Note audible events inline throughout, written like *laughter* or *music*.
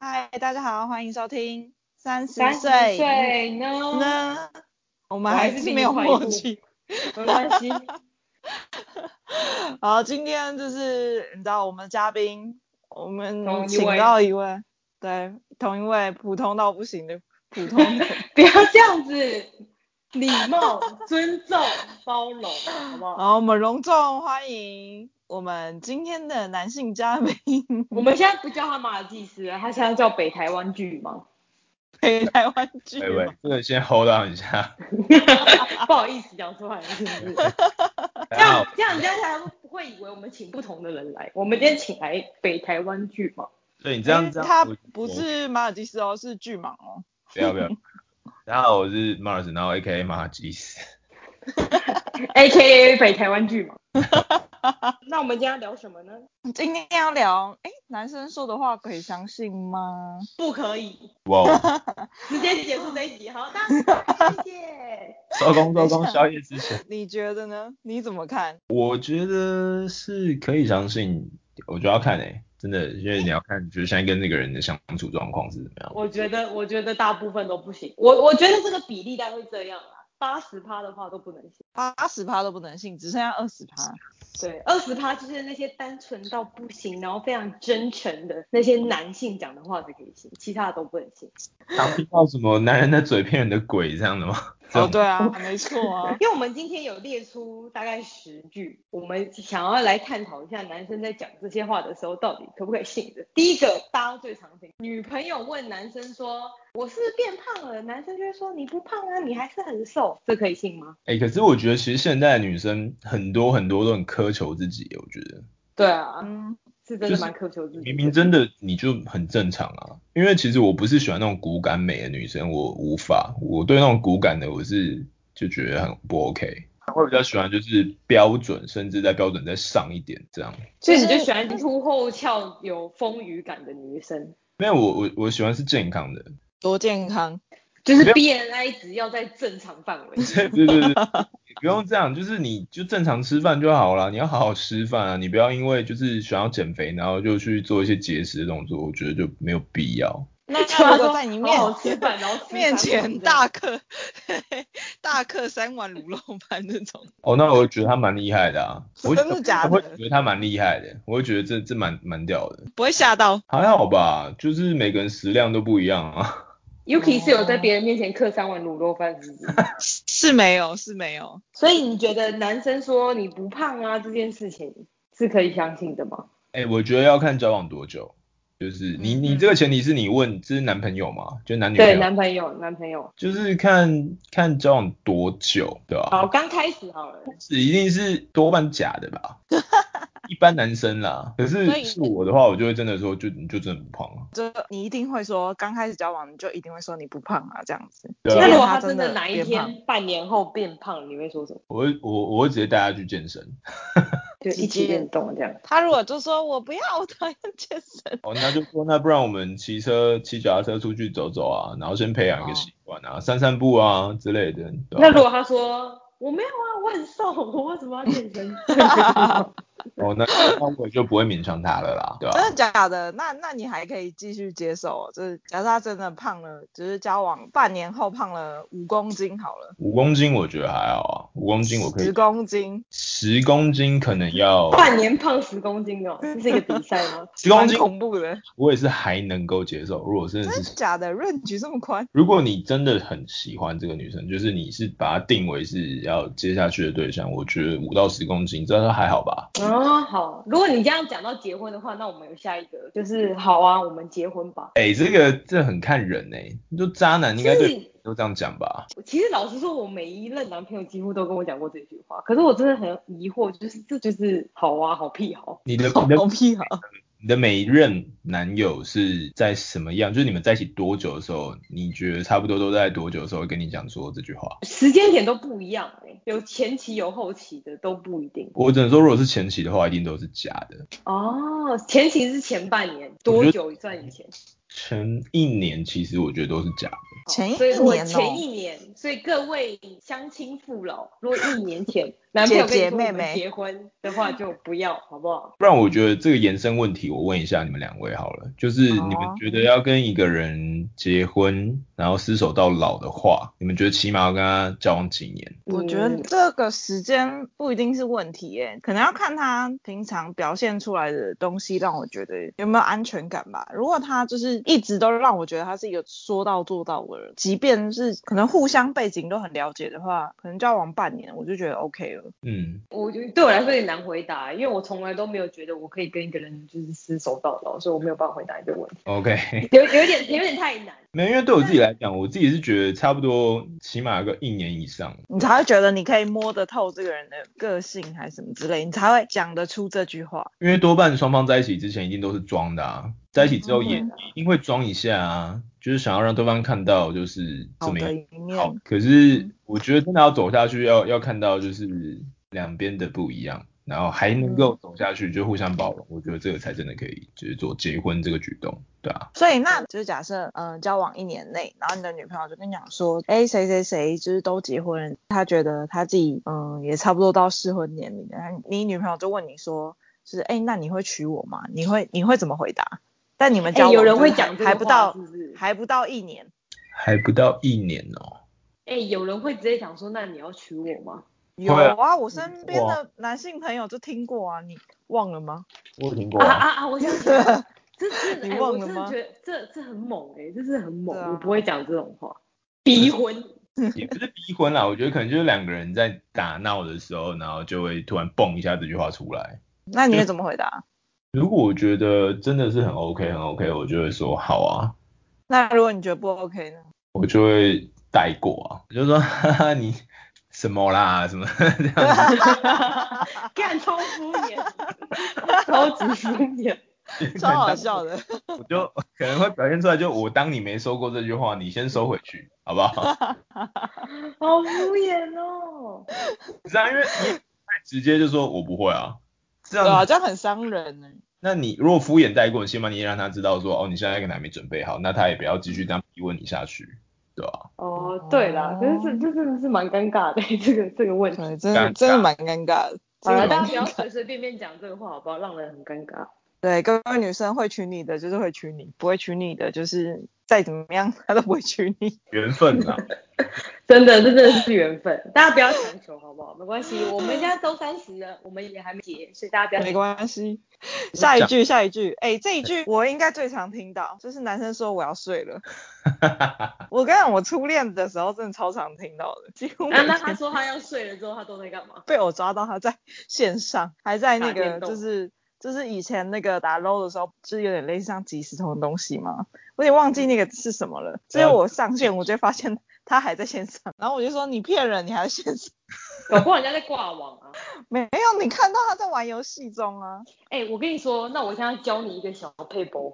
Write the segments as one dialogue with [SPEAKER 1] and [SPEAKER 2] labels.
[SPEAKER 1] 嗨，大家好，欢迎收听三十
[SPEAKER 2] 三十
[SPEAKER 1] 岁
[SPEAKER 2] 岁呢？
[SPEAKER 1] 呢，我们还
[SPEAKER 2] 我还是
[SPEAKER 1] 是
[SPEAKER 2] 比
[SPEAKER 1] 没
[SPEAKER 2] 你
[SPEAKER 1] 有
[SPEAKER 2] 快一
[SPEAKER 1] 默
[SPEAKER 2] 步
[SPEAKER 1] 契。
[SPEAKER 2] 没关系，
[SPEAKER 1] 好，今天就是你知道我们嘉宾，我们
[SPEAKER 2] 同一
[SPEAKER 1] 请
[SPEAKER 2] 位
[SPEAKER 1] 到一位，对，同一位普通到不行的普通
[SPEAKER 2] *laughs*
[SPEAKER 1] 人，
[SPEAKER 2] 不要这样子，礼貌、尊重、包容，好不好？
[SPEAKER 1] 好，我们隆重欢迎我们今天的男性嘉宾
[SPEAKER 2] 我们现在不叫他马尔济斯了，他现在叫北台湾巨蟒。
[SPEAKER 1] 北台湾巨
[SPEAKER 3] 喂喂
[SPEAKER 1] 蟒，，
[SPEAKER 3] 这个先 hold on 一下。
[SPEAKER 2] 不好意思讲出来了，是不是？这
[SPEAKER 3] 大家
[SPEAKER 2] 样
[SPEAKER 3] 好，
[SPEAKER 2] 这样人家才不会以为我们请不同的人来。我们今天请来北台湾巨蟒，
[SPEAKER 3] 对你这样
[SPEAKER 1] 诶
[SPEAKER 3] 这样，
[SPEAKER 1] 他
[SPEAKER 3] 我
[SPEAKER 1] 不是马尔济斯哦，是巨蟒哦。
[SPEAKER 3] 不要不要。大家好，我是 Mars，然后 AKA 马吉斯。
[SPEAKER 2] ，A K A 北台湾巨蟒。 *laughs* 那我们今天要聊什么呢？
[SPEAKER 1] 今天要聊，哎，男生说的话可以相信吗？
[SPEAKER 2] 不可以，
[SPEAKER 3] 哇，
[SPEAKER 2] 直接结束这一集，好，大家谢谢。
[SPEAKER 3] 收工收
[SPEAKER 1] 等一
[SPEAKER 3] 工，
[SPEAKER 1] 下
[SPEAKER 3] 宵夜之前，
[SPEAKER 1] 你觉得呢？你怎么看？
[SPEAKER 3] 我觉得是可以相信，我觉得要看诶、真的，因为你要看，就是现在跟那个人的相处状况是怎么样。
[SPEAKER 2] 我觉得，我觉得大部分都不行。我我觉得这个比例大概会这样啦，八十趴的话都不能行。
[SPEAKER 1] 八十趴都不能信，只剩下二十趴。
[SPEAKER 2] 对，二十趴就是那些单纯到不行，然后非常真诚的那些男性讲的话才可以信，其他的都不能信。
[SPEAKER 3] 常听到什么男人的嘴骗人的鬼这样的吗？这
[SPEAKER 1] 哦，
[SPEAKER 3] 种
[SPEAKER 1] 对啊，没错
[SPEAKER 2] *laughs*
[SPEAKER 1] 啊。
[SPEAKER 2] 因为我们今天有列出大概十句，我们想要来探讨一下男生在讲这些话的时候到底可不可以信的。第一个，大家最常听，女朋友问男生说：“我是不是变胖了？”男生就会说：“你不胖啊，你还是很瘦。”这可以信吗？
[SPEAKER 3] 哎、可是我觉得其实现在的女生很多很多都很苛求自己，我觉得
[SPEAKER 2] 对啊，
[SPEAKER 1] 嗯，
[SPEAKER 2] 是真的蛮苛求自己的。
[SPEAKER 3] 明明真的你就很正常啊，因为其实我不是喜欢那种骨感美的女生，我无法，我对那种骨感的我是就觉得很不 OK，我比较喜欢就是标准，甚至在标准再上一点这样。
[SPEAKER 2] 所以你就喜欢凸后翘、有丰腴感的女生，
[SPEAKER 3] 因为我我我喜欢是健康的， *laughs*
[SPEAKER 1] 多健康。
[SPEAKER 2] 就是
[SPEAKER 3] 没有
[SPEAKER 2] BNI 值要在正常范
[SPEAKER 3] *laughs*
[SPEAKER 2] 围。
[SPEAKER 3] 对对对，对不用这样，就是你就正常吃饭就好啦，你要好好吃饭啊，你不要因为就是想要减肥，然后就去做一些节食的动作，我觉得就没有必要。
[SPEAKER 1] 那
[SPEAKER 2] 就
[SPEAKER 1] 如果在你面
[SPEAKER 2] 好好吃饭，然后吃饭
[SPEAKER 1] 面前大客大客三碗卤肉饭这种，
[SPEAKER 3] 哦，那我觉得他蛮厉害的啊，我
[SPEAKER 1] 真的假的
[SPEAKER 3] 我会觉得他蛮厉害的，我会觉得这这蛮蛮屌的。
[SPEAKER 1] 不会吓到。
[SPEAKER 3] 还好吧，就是每个人食量都不一样啊。 *laughs*
[SPEAKER 2] Yuki 是有在别人面前刻三碗卤肉饭，是不是？
[SPEAKER 1] 是没有，是没有。
[SPEAKER 2] *laughs* 所以你觉得男生说你不胖啊这件事情是可以相信的吗？
[SPEAKER 3] 哎、我觉得要看交往多久，就是你
[SPEAKER 1] 嗯
[SPEAKER 3] 你这个前提是你问这是男朋友嘛，就男女朋
[SPEAKER 2] 对，
[SPEAKER 3] 友，
[SPEAKER 2] 男朋友，男朋友。
[SPEAKER 3] 就是看看交往多久，对吧、
[SPEAKER 2] 好，刚开始好了，
[SPEAKER 3] 是一定是多半假
[SPEAKER 1] *laughs*
[SPEAKER 3] 的吧，一般男生啦。可
[SPEAKER 1] 所以
[SPEAKER 3] 是是我的话，我就会真的说，就你就真的不胖啊。
[SPEAKER 1] 就你一定会说，刚开始交往你就一定会说你不胖啊这样子。
[SPEAKER 3] 对啊
[SPEAKER 2] 那如果
[SPEAKER 1] 他
[SPEAKER 2] 他真的
[SPEAKER 1] 的
[SPEAKER 2] 哪一
[SPEAKER 1] 变胖，
[SPEAKER 2] 天半年后变胖，你会说什么？
[SPEAKER 3] 我会我我会直接带他去健身，
[SPEAKER 2] 就
[SPEAKER 1] 直
[SPEAKER 2] 一
[SPEAKER 1] 接
[SPEAKER 2] 起运动这样。
[SPEAKER 1] 他如果就说我不要，我讨厌健身，
[SPEAKER 3] 哦，那就说那不然我们骑车骑脚踏车出去走走啊，然后先培养一
[SPEAKER 1] 哦
[SPEAKER 3] 个习惯啊，散散步啊之类的。对吧
[SPEAKER 2] 那如果他说我没有啊，我很瘦，我为什么要健身？
[SPEAKER 3] *laughs* 哦，那那我就不会勉强他了啦，对吧、
[SPEAKER 1] 真的假的？那那你还可以继续接受、哦就是假设他真的胖了，只、是交往半年后胖了五公斤好了，
[SPEAKER 3] 五公斤我觉得还好啊，五公斤我可
[SPEAKER 1] 十
[SPEAKER 3] 以，
[SPEAKER 1] 公斤，
[SPEAKER 3] 十公斤可能要，
[SPEAKER 2] 半年胖十公斤哦，这是一个比赛吗？
[SPEAKER 3] 十公
[SPEAKER 1] 蛮
[SPEAKER 3] 斤
[SPEAKER 1] 恐怖的，
[SPEAKER 3] 我也是还能够接受。如果真的
[SPEAKER 1] 真的
[SPEAKER 3] 是，
[SPEAKER 1] 假的？润局这么宽，
[SPEAKER 3] 如果你真的很喜欢这个女生，就是你是把她定为是要接下去的对象，我觉得五到十公斤，这样还好吧？
[SPEAKER 2] 哦，好，如果你这样讲到结婚的话，那我们有下一个，就是好啊，我们结婚吧。
[SPEAKER 3] 哎、这个这很看人哎、就渣男应该
[SPEAKER 2] 就
[SPEAKER 3] 对
[SPEAKER 2] 是
[SPEAKER 3] 都这样讲吧？
[SPEAKER 2] 其实老实说，我每一任男朋友几乎都跟我讲过这句话，可是我真的很疑惑，就是这就是好啊，好屁好，
[SPEAKER 3] 你的
[SPEAKER 1] 好
[SPEAKER 3] 你的嗯
[SPEAKER 1] 屁哦好，
[SPEAKER 3] 你的每一任男友是在什么样？就是你们在一起多久的时候，你觉得差不多都在多久的时候会跟你讲说这句话？
[SPEAKER 2] 时间点都不一样、欸，有前期有后期的都不一定。
[SPEAKER 3] 我只能说，如果是前期的话，一定都是假的。
[SPEAKER 2] 哦，前期是前半年，多久算以前？
[SPEAKER 3] 前一年其实我觉得都是假的。
[SPEAKER 1] 前一
[SPEAKER 2] 所以我
[SPEAKER 1] 年哦 *laughs*
[SPEAKER 2] 前一年，所以各位乡亲父老，如果一年前男朋友跟你
[SPEAKER 1] 姐
[SPEAKER 2] 说
[SPEAKER 1] 妹
[SPEAKER 2] 你们
[SPEAKER 1] 妹
[SPEAKER 2] 结婚的话就不要，好不好？
[SPEAKER 3] 不然我觉得这个延伸问题，我问一下你们两位好了，就是
[SPEAKER 1] 好啊
[SPEAKER 3] 你们觉得要跟一个人结婚，然后厮守到老的话，你们觉得起码要跟他交往几年？
[SPEAKER 1] 我觉得
[SPEAKER 2] 嗯
[SPEAKER 1] 这个时间不一定是问题耶，可能要看他平常表现出来的东西，让我觉得有没有安全感吧。如果他就是一直都让我觉得他是一个说到做到的人，即便是可能互相背景都很了解的话，可能交往半年我就觉得 OK 了。
[SPEAKER 3] 嗯，
[SPEAKER 2] 我觉得对我来说也难回答，因为我从来都没有觉得我可以跟一个人就是厮守到老，所以我没有办法回答你这个问题，
[SPEAKER 1] *laughs*
[SPEAKER 3] OK，
[SPEAKER 2] 有有点有点太难。
[SPEAKER 3] 没有，因为对我自己来讲，我自己是觉得差不多起码有个一年以上。
[SPEAKER 1] 你才会觉得你可以摸得透这个人的个性还是什么之类，你才会讲得出这句话。
[SPEAKER 3] 因为多半双方在一起之前一定都是装的啊，在一起之后也
[SPEAKER 2] 嗯
[SPEAKER 3] 一定会装一下啊，就是想要让对方看到就是
[SPEAKER 1] 好
[SPEAKER 3] 怎么
[SPEAKER 1] 的
[SPEAKER 3] 样
[SPEAKER 1] 一
[SPEAKER 3] 好
[SPEAKER 1] 面，。嗯
[SPEAKER 3] 可是我觉得真的要走下去，要要看到就是两边的不一样，然后还能
[SPEAKER 1] 嗯
[SPEAKER 3] 够走下去，就互相包容，我觉得这个才真的可以就是做结婚这个举动，对啊，
[SPEAKER 1] 所以那就是假设，嗯、交往一年内，然后你的女朋友就跟你讲说，哎，谁谁谁就是都结婚了，她觉得她自己嗯、也差不多到适婚年龄了，然后你女朋友就问你说，就是哎，那你会娶我吗？你会你会怎么回答？但你们交
[SPEAKER 2] 哎，
[SPEAKER 1] 往
[SPEAKER 2] 有人
[SPEAKER 1] 就是
[SPEAKER 2] 会讲这
[SPEAKER 1] 还
[SPEAKER 2] 个
[SPEAKER 1] 不
[SPEAKER 2] 话
[SPEAKER 1] 到
[SPEAKER 2] 是不是？
[SPEAKER 1] 还不到一年，
[SPEAKER 3] 还不到一年哦，
[SPEAKER 2] 哎、有人会直接讲说，那你要娶我吗？
[SPEAKER 1] 有
[SPEAKER 3] 会啊
[SPEAKER 1] 啊，我身边
[SPEAKER 3] 哇
[SPEAKER 1] 的男性朋友就听过啊，你忘了吗？
[SPEAKER 3] 我 *laughs* 有听
[SPEAKER 2] 啊啊啊！我想起
[SPEAKER 1] *laughs*
[SPEAKER 2] 来了，这这
[SPEAKER 1] 你
[SPEAKER 2] 哎、
[SPEAKER 1] 忘
[SPEAKER 2] 我
[SPEAKER 1] 了
[SPEAKER 2] 真的
[SPEAKER 1] 吗
[SPEAKER 2] 觉得这这很猛哎、这是很猛，
[SPEAKER 1] 对啊
[SPEAKER 2] 我不会讲这
[SPEAKER 1] *laughs*
[SPEAKER 2] 种话。逼婚，
[SPEAKER 3] 也不是逼婚啦，我觉得可能就是两个人在打闹的时候，然后就会突然蹦一下这句话出来。
[SPEAKER 1] 那你会怎么回答？
[SPEAKER 3] 如果我觉得真的是很 OK 很 OK，我就会说好啊，
[SPEAKER 1] 那如果你觉得不 OK *laughs* 呢？
[SPEAKER 3] 我就会带过啊， *laughs* 我就说哈哈你什么啦什么 *laughs* 这样子，
[SPEAKER 2] 干超敷衍，
[SPEAKER 1] *laughs*
[SPEAKER 2] 超级敷衍。
[SPEAKER 1] 超好笑的。
[SPEAKER 3] 我就可能会表现出来，就我当你没说过这句话，你先收回去，好不好？ *laughs*
[SPEAKER 2] 好敷衍哦！
[SPEAKER 3] 不是啊，因为你也太直接就说我不会啊，这
[SPEAKER 1] *laughs* 对啊，
[SPEAKER 3] 样，
[SPEAKER 1] 这样很伤人欸呢、
[SPEAKER 3] 那你如果敷衍带过，起码你也让他知道说哦你现在可能还没准备好，那他也不要继续这样逼问你下去，对吧、
[SPEAKER 2] 哦，对啦，可是这这真的是蛮尴尬的，这个这个问题。
[SPEAKER 1] 对，真
[SPEAKER 3] 尴
[SPEAKER 1] 的
[SPEAKER 3] 尬
[SPEAKER 1] 真的蛮尴尬的。
[SPEAKER 2] 好
[SPEAKER 1] 真的
[SPEAKER 2] 了，
[SPEAKER 1] 蛮
[SPEAKER 2] 大家不要随随便便讲这个话，好不好？让人很尴尬。
[SPEAKER 1] 对，各位女生会娶你的就是会娶你，不会娶你的就是再怎么样他都不会娶你。
[SPEAKER 3] 缘分啊，
[SPEAKER 2] 真的，这真的是缘分，大家不要强求，好不好？没关系，我们现在都三十了，我们也还没结，所以大家不要
[SPEAKER 1] 没
[SPEAKER 2] 紧
[SPEAKER 1] 关系，下一句下一句，哎、这一句我应该最常听到，就是男生说我要睡
[SPEAKER 2] *laughs*
[SPEAKER 1] 了。我跟你讲，我初恋的时候真的超常听到的，几乎每
[SPEAKER 2] 啊，那
[SPEAKER 1] 天
[SPEAKER 2] 他说他要睡了之后，他都在干嘛？
[SPEAKER 1] *laughs* 被我抓到他在线上，还在那
[SPEAKER 2] 打
[SPEAKER 1] 个
[SPEAKER 2] 电动
[SPEAKER 1] 就是就是以前那个打 low 的时候，就是有点类似像即时通的东西嘛，我有点忘记那个是什么了。所以我上线，我就发现他还在线上，然后我就说你骗人，你还在线上？ *laughs*
[SPEAKER 2] 搞不好人家在挂网啊！
[SPEAKER 1] 没有，你看到他在玩游戏中啊。
[SPEAKER 2] 哎、我跟你说，那我现在教你一个小配博。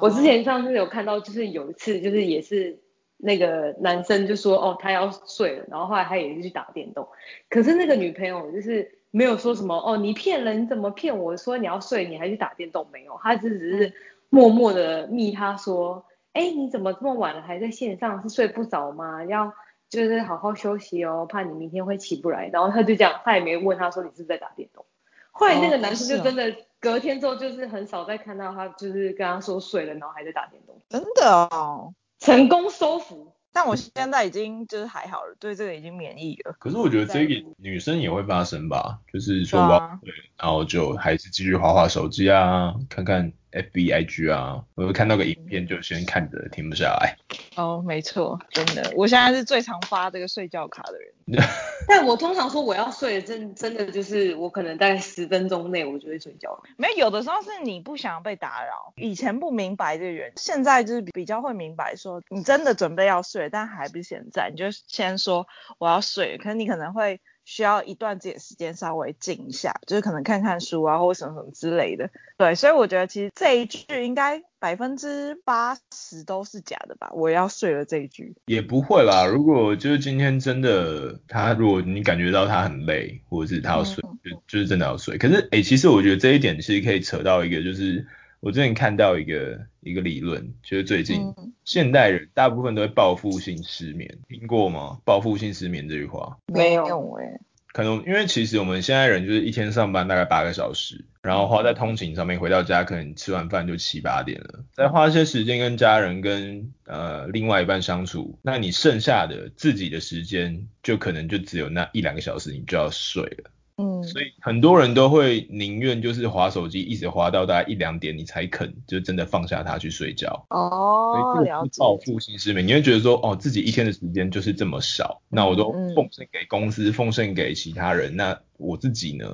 [SPEAKER 2] 我之前上次有看到，就是有一次，就是也是那个男生就说哦，他要睡了，然后后来他也是去打电动，可是那个女朋友就是没有说什么哦，你骗人，你怎么骗我说你要睡，你还去打电动没有？他只只是默默的密他说，哎、你怎么这么晚了还在线上，是睡不着吗？要就是好好休息哦，怕你明天会起不来。然后他就这样，他也没问他说你是不是在打电动。后来那个
[SPEAKER 1] 哦
[SPEAKER 2] 男生
[SPEAKER 1] 是
[SPEAKER 2] 就
[SPEAKER 1] 哦
[SPEAKER 2] 真的隔天之后就是很少再看到他，就是跟他说睡了，然后还在打电动，
[SPEAKER 1] 真的哦，
[SPEAKER 2] 成功收服。
[SPEAKER 1] 但我现在已经就是还好了，对这个已经免疫了。
[SPEAKER 3] 可是我觉得这
[SPEAKER 2] 在
[SPEAKER 3] 个
[SPEAKER 2] 乎
[SPEAKER 3] 女生也会发生吧，就是说
[SPEAKER 1] 对
[SPEAKER 3] 我要
[SPEAKER 1] 啊
[SPEAKER 3] 睡然后就还是继续划划手机啊，看看 FB IG 啊，我就看到个影片就先看着停不下来。
[SPEAKER 1] 哦，没错，真的，我现在是最常发这个睡觉卡的人。
[SPEAKER 2] 但我通常说我要睡了，真真的就是我可能大概十分钟内我就会睡觉了。
[SPEAKER 1] 没有，有的时候是你不想被打扰，以前不明白这个人，现在就是比较会明白说，你真的准备要睡，但还不是现在，你就先说我要睡，可能你可能会需要一段自己的时间稍微静一下，就是可能看看书啊，或什么什么之类的。对，所以我觉得其实这一句应该百分之八十都是假的吧，我要睡了这一句。
[SPEAKER 3] 也不会啦，如果就是今天真的他，如果你感觉到他很累，或者是他要睡，
[SPEAKER 1] 嗯
[SPEAKER 3] 就就是真的要睡。可是诶、其实我觉得这一点其实可以扯到一个，就是我之前看到一个一个理论，就是最近、
[SPEAKER 1] 嗯
[SPEAKER 3] 现代人大部分都会报复性失眠，听过吗？报复性失眠这句话。
[SPEAKER 2] 没有
[SPEAKER 1] 没有哎、
[SPEAKER 3] 可能因为其实我们现在人就是一天上班大概八个小时，然后花在通勤上面，回到家可能吃完饭就七八点了，再花一些时间跟家人跟呃另外一半相处，那你剩下的自己的时间就可能就只有那一两个小时，你就要睡了。
[SPEAKER 1] 嗯，
[SPEAKER 3] 所以很多人都会宁愿就是划手机，一直划到大概一两点，你才肯就真的放下它去睡觉。
[SPEAKER 1] 哦，
[SPEAKER 3] 所以这
[SPEAKER 1] 了
[SPEAKER 3] 个是
[SPEAKER 1] 解，
[SPEAKER 3] 报复性失眠，你会觉得说，哦，自己一天的时间就是这么少，那我都
[SPEAKER 1] 嗯
[SPEAKER 3] 奉献给公司，奉献给其他人，那我自己呢？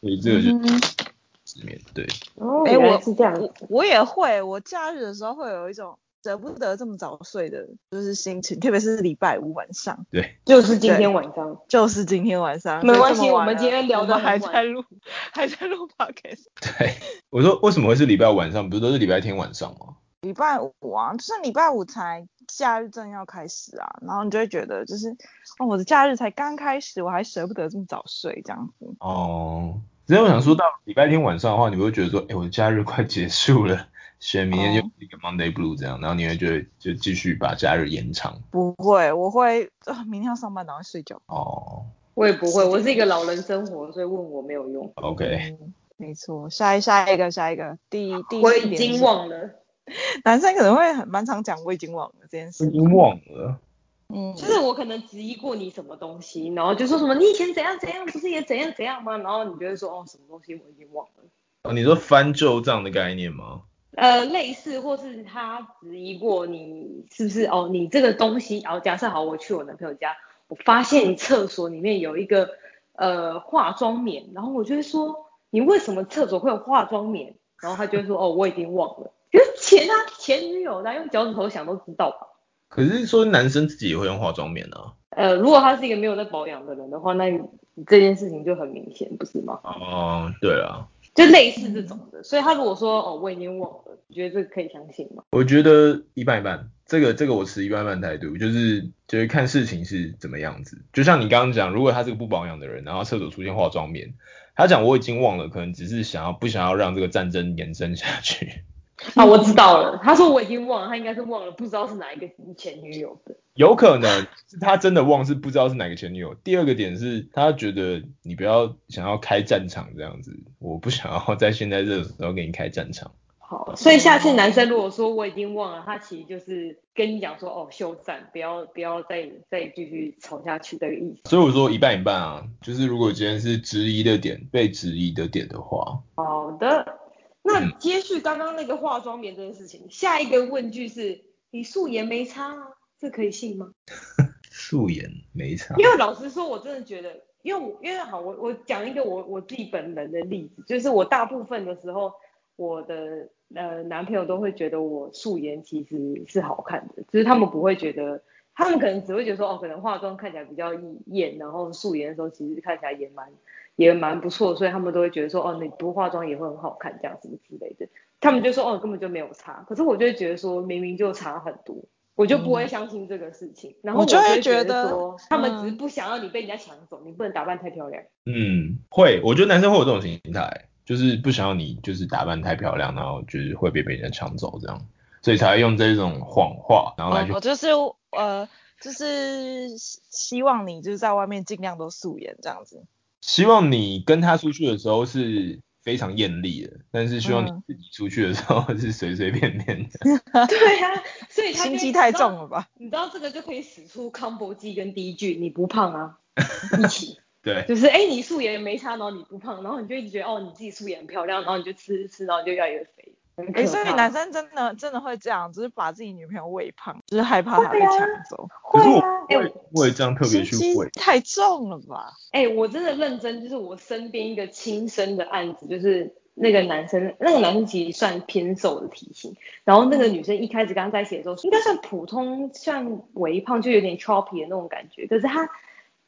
[SPEAKER 3] 所以这个就是
[SPEAKER 1] 嗯
[SPEAKER 3] 失眠，对，
[SPEAKER 2] 哦，
[SPEAKER 1] 哎
[SPEAKER 2] 原来
[SPEAKER 1] 我
[SPEAKER 2] 是这样。
[SPEAKER 1] 我我也会，我假日的时候会有一种舍不得这么早睡的，就是心情，特别是礼拜五晚上，
[SPEAKER 2] 就是今天晚上，
[SPEAKER 1] 就是今天晚上。
[SPEAKER 2] 没
[SPEAKER 1] 就
[SPEAKER 2] 关
[SPEAKER 1] 这么
[SPEAKER 2] 系我
[SPEAKER 1] 晚
[SPEAKER 2] 们
[SPEAKER 1] 了
[SPEAKER 2] 今天聊
[SPEAKER 1] 我
[SPEAKER 2] 得
[SPEAKER 1] 们
[SPEAKER 2] 很
[SPEAKER 1] 还
[SPEAKER 2] 晚
[SPEAKER 1] 在录，还在录
[SPEAKER 2] *laughs*
[SPEAKER 1] podcast。
[SPEAKER 3] 对，我说为什么会是礼拜五晚上？不是都是礼拜天晚上吗？
[SPEAKER 1] 礼拜五啊，就是礼拜五才假日正要开始啊，然后你就会觉得就是，哦，我的假日才刚开始，我还舍不得这么早睡这样子。
[SPEAKER 3] 哦，只是我想说到礼拜天晚上的话，你会觉得说，哎、我的假日快结束了，所以明天
[SPEAKER 1] 哦
[SPEAKER 3] 就是一个 Monday Blue 这样，然后你会觉得就继续把假日延长。
[SPEAKER 1] 不会，我会啊、明天要上班，然后睡觉。
[SPEAKER 3] 哦
[SPEAKER 2] 我也不会，我是一个老人生活，所以问我没有用。
[SPEAKER 3] ，OK，
[SPEAKER 1] 嗯，没错，下一下一个下一个，第第
[SPEAKER 2] 我
[SPEAKER 1] 四
[SPEAKER 2] 已
[SPEAKER 1] 点
[SPEAKER 2] 经
[SPEAKER 1] 是
[SPEAKER 2] 忘了，
[SPEAKER 1] 男生可能会很蛮常讲我已经忘了这件
[SPEAKER 3] 我
[SPEAKER 1] 事
[SPEAKER 3] 已，经忘了。
[SPEAKER 1] 嗯，
[SPEAKER 2] 就是我可能质疑过你什么东西，然后就说什么你以前怎样怎样，不是也怎样怎样吗？然后你就会说哦，什么东西我已经忘了。
[SPEAKER 3] 哦，你说翻旧账的概念吗？
[SPEAKER 2] 呃，类似或是他质疑过你是不是哦，你这个东西哦，假设好，我去我男朋友家，我发现厕所里面有一个呃化妆棉，然后我就会说你为什么厕所会有化妆棉？然后他就会说哦，我已经忘了， *laughs* 可是前啊前女友啦，用脚趾头想都知道吧。
[SPEAKER 3] 可是说男生自己也会用化妆棉啊。
[SPEAKER 2] 呃，如果他是一个没有在保养的人的话，那你这件事情就很明显，不是吗？
[SPEAKER 3] 哦，对啊，
[SPEAKER 2] 就类似这种的，所以他如果说哦我已经忘了，你觉得这个可以相信吗？
[SPEAKER 3] 我觉得一半一半，这个这个我持一半一半态度，就是就是看事情是怎么样子。就像你刚刚讲，如果他是个不保养的人，然后厕所出现化妆棉，他讲我已经忘了，可能只是想要不想要让这个战争延伸下去。 *laughs*
[SPEAKER 2] 啊，我知道了，他说我已经忘了，他应该是忘了，不知道是哪一个前女友的。
[SPEAKER 3] 有可能是他真的忘，是不知道是哪个前女友。第二个点是他觉得你不要想要开战场这样子，我不想要在现在这个时候给你开战场。
[SPEAKER 2] 好，所以下次男生如果说我已经忘了，他其实就是跟你讲说哦休战，不要不要再再继续吵下去这个意思。
[SPEAKER 3] 所以我说一半一半啊，就是如果今天是质疑的点，被质疑的点的话，
[SPEAKER 2] 好的，那接续刚刚那个化妆棉这件事情，下一个问句是你素颜没差啊，这可以信吗？
[SPEAKER 3] 素颜没差
[SPEAKER 2] 因为老实说，我真的觉得，因为我因为好，我我讲一个我我自己本人的例子，就是我大部分的时候，我的呃男朋友都会觉得我素颜其实是好看的，就是他们不会觉得，他们可能只会觉得说哦，可能化妆看起来比较艳，然后素颜的时候其实看起来也蛮也蛮不错，所以他们都会觉得说哦，你不化妆也会很好看，这样什么之类的。他们就说哦，根本就没有差，可是我就会觉得说明明就差很多。我就不会相信这个事情，然后
[SPEAKER 1] 我就
[SPEAKER 2] 就
[SPEAKER 1] 会
[SPEAKER 2] 会
[SPEAKER 1] 觉
[SPEAKER 2] 得
[SPEAKER 1] 得
[SPEAKER 2] 说，他们
[SPEAKER 1] 嗯
[SPEAKER 2] 只是不想要你被人家抢走，你不能打扮太
[SPEAKER 1] *laughs*
[SPEAKER 2] 漂亮。
[SPEAKER 3] 嗯，会，我觉得男生会有这种心态，就是不想要你就是打扮太漂亮，然后就是会被别人抢走这样，所以才会用这种谎话，然后来去
[SPEAKER 1] 我就是呃，就是希希望你就是在外面尽量都素颜这样子。
[SPEAKER 3] 希望你跟他出去的时候是非常艳丽的，但是希望你
[SPEAKER 1] 嗯
[SPEAKER 3] 自己出去的时候是随随便便的。 *laughs*
[SPEAKER 2] 对啊，所以他就
[SPEAKER 1] 心机太重
[SPEAKER 2] 你知道。
[SPEAKER 1] 了吧？
[SPEAKER 2] 你知道这个就可以使出 combo 技跟第一句你不胖
[SPEAKER 1] *laughs*
[SPEAKER 2] 啊，一起
[SPEAKER 3] 对，
[SPEAKER 2] 就是哎、你素颜没差，然后你不胖，然后你就一直觉得哦你自己素颜很漂亮，然后你就吃吃吃，然后你就越来越肥。很可
[SPEAKER 1] 哎、
[SPEAKER 2] 怕
[SPEAKER 1] 所以男生真的真的会这样，就是把自己女朋友喂胖，就是害怕她被
[SPEAKER 2] 会啊
[SPEAKER 1] 抢走，
[SPEAKER 3] 可是
[SPEAKER 2] 会
[SPEAKER 3] 我
[SPEAKER 2] 啊，
[SPEAKER 3] 不
[SPEAKER 2] 哎、
[SPEAKER 3] 会不会这样特别
[SPEAKER 1] 心
[SPEAKER 3] 去
[SPEAKER 1] 机
[SPEAKER 3] 会，
[SPEAKER 1] 太重了吧？
[SPEAKER 2] 哎、我真的认真，就是我身边一个亲身的案子，就是那个男生，那个男生其实算偏瘦的体型，然后那个女生一开始跟他在一起的时候，应该算普通，算微胖，就有点 choppy 的那种感觉，可是他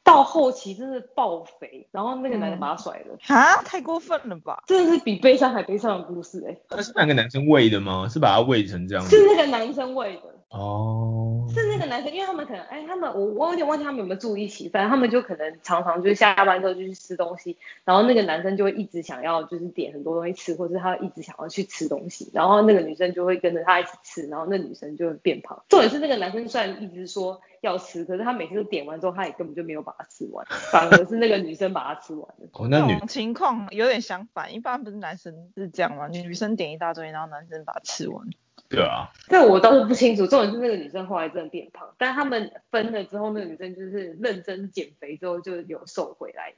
[SPEAKER 2] 到后期真的爆肥，然后那个男的把他甩了，
[SPEAKER 1] 哈，太过分了吧？
[SPEAKER 2] 真的是比悲伤还悲伤的故事哎、
[SPEAKER 3] 那是那个男生喂的吗？是把他喂成这样
[SPEAKER 2] 是
[SPEAKER 3] 子？
[SPEAKER 2] 那个男生喂的，
[SPEAKER 3] 哦，
[SPEAKER 2] 是那的男生，因为他们可能，哎，他们我我有点忘记他们有没有住一起，反正他们就可能常常就是下班之后就去吃东西，然后那个男生就会一直想要就是点很多东西吃，或者他一直想要去吃东西，然后那个女生就会跟着他一起吃，然后那女生就会变胖。重点是那个男生虽然一直说要吃，可是他每次都点完之后，他也根本就没有把它吃完，反而是那个女生把它吃完了。
[SPEAKER 3] 哦，
[SPEAKER 1] 这
[SPEAKER 3] 那女
[SPEAKER 1] 种情况有点相反，一般不是男生是这样吗？女生点一大堆，然后男生把它吃完。
[SPEAKER 3] 对啊，
[SPEAKER 2] 这我倒是不清楚，重点是那个女生后来真的变胖，但他们分了之后，那个女生就是认真减肥之后就有瘦回来。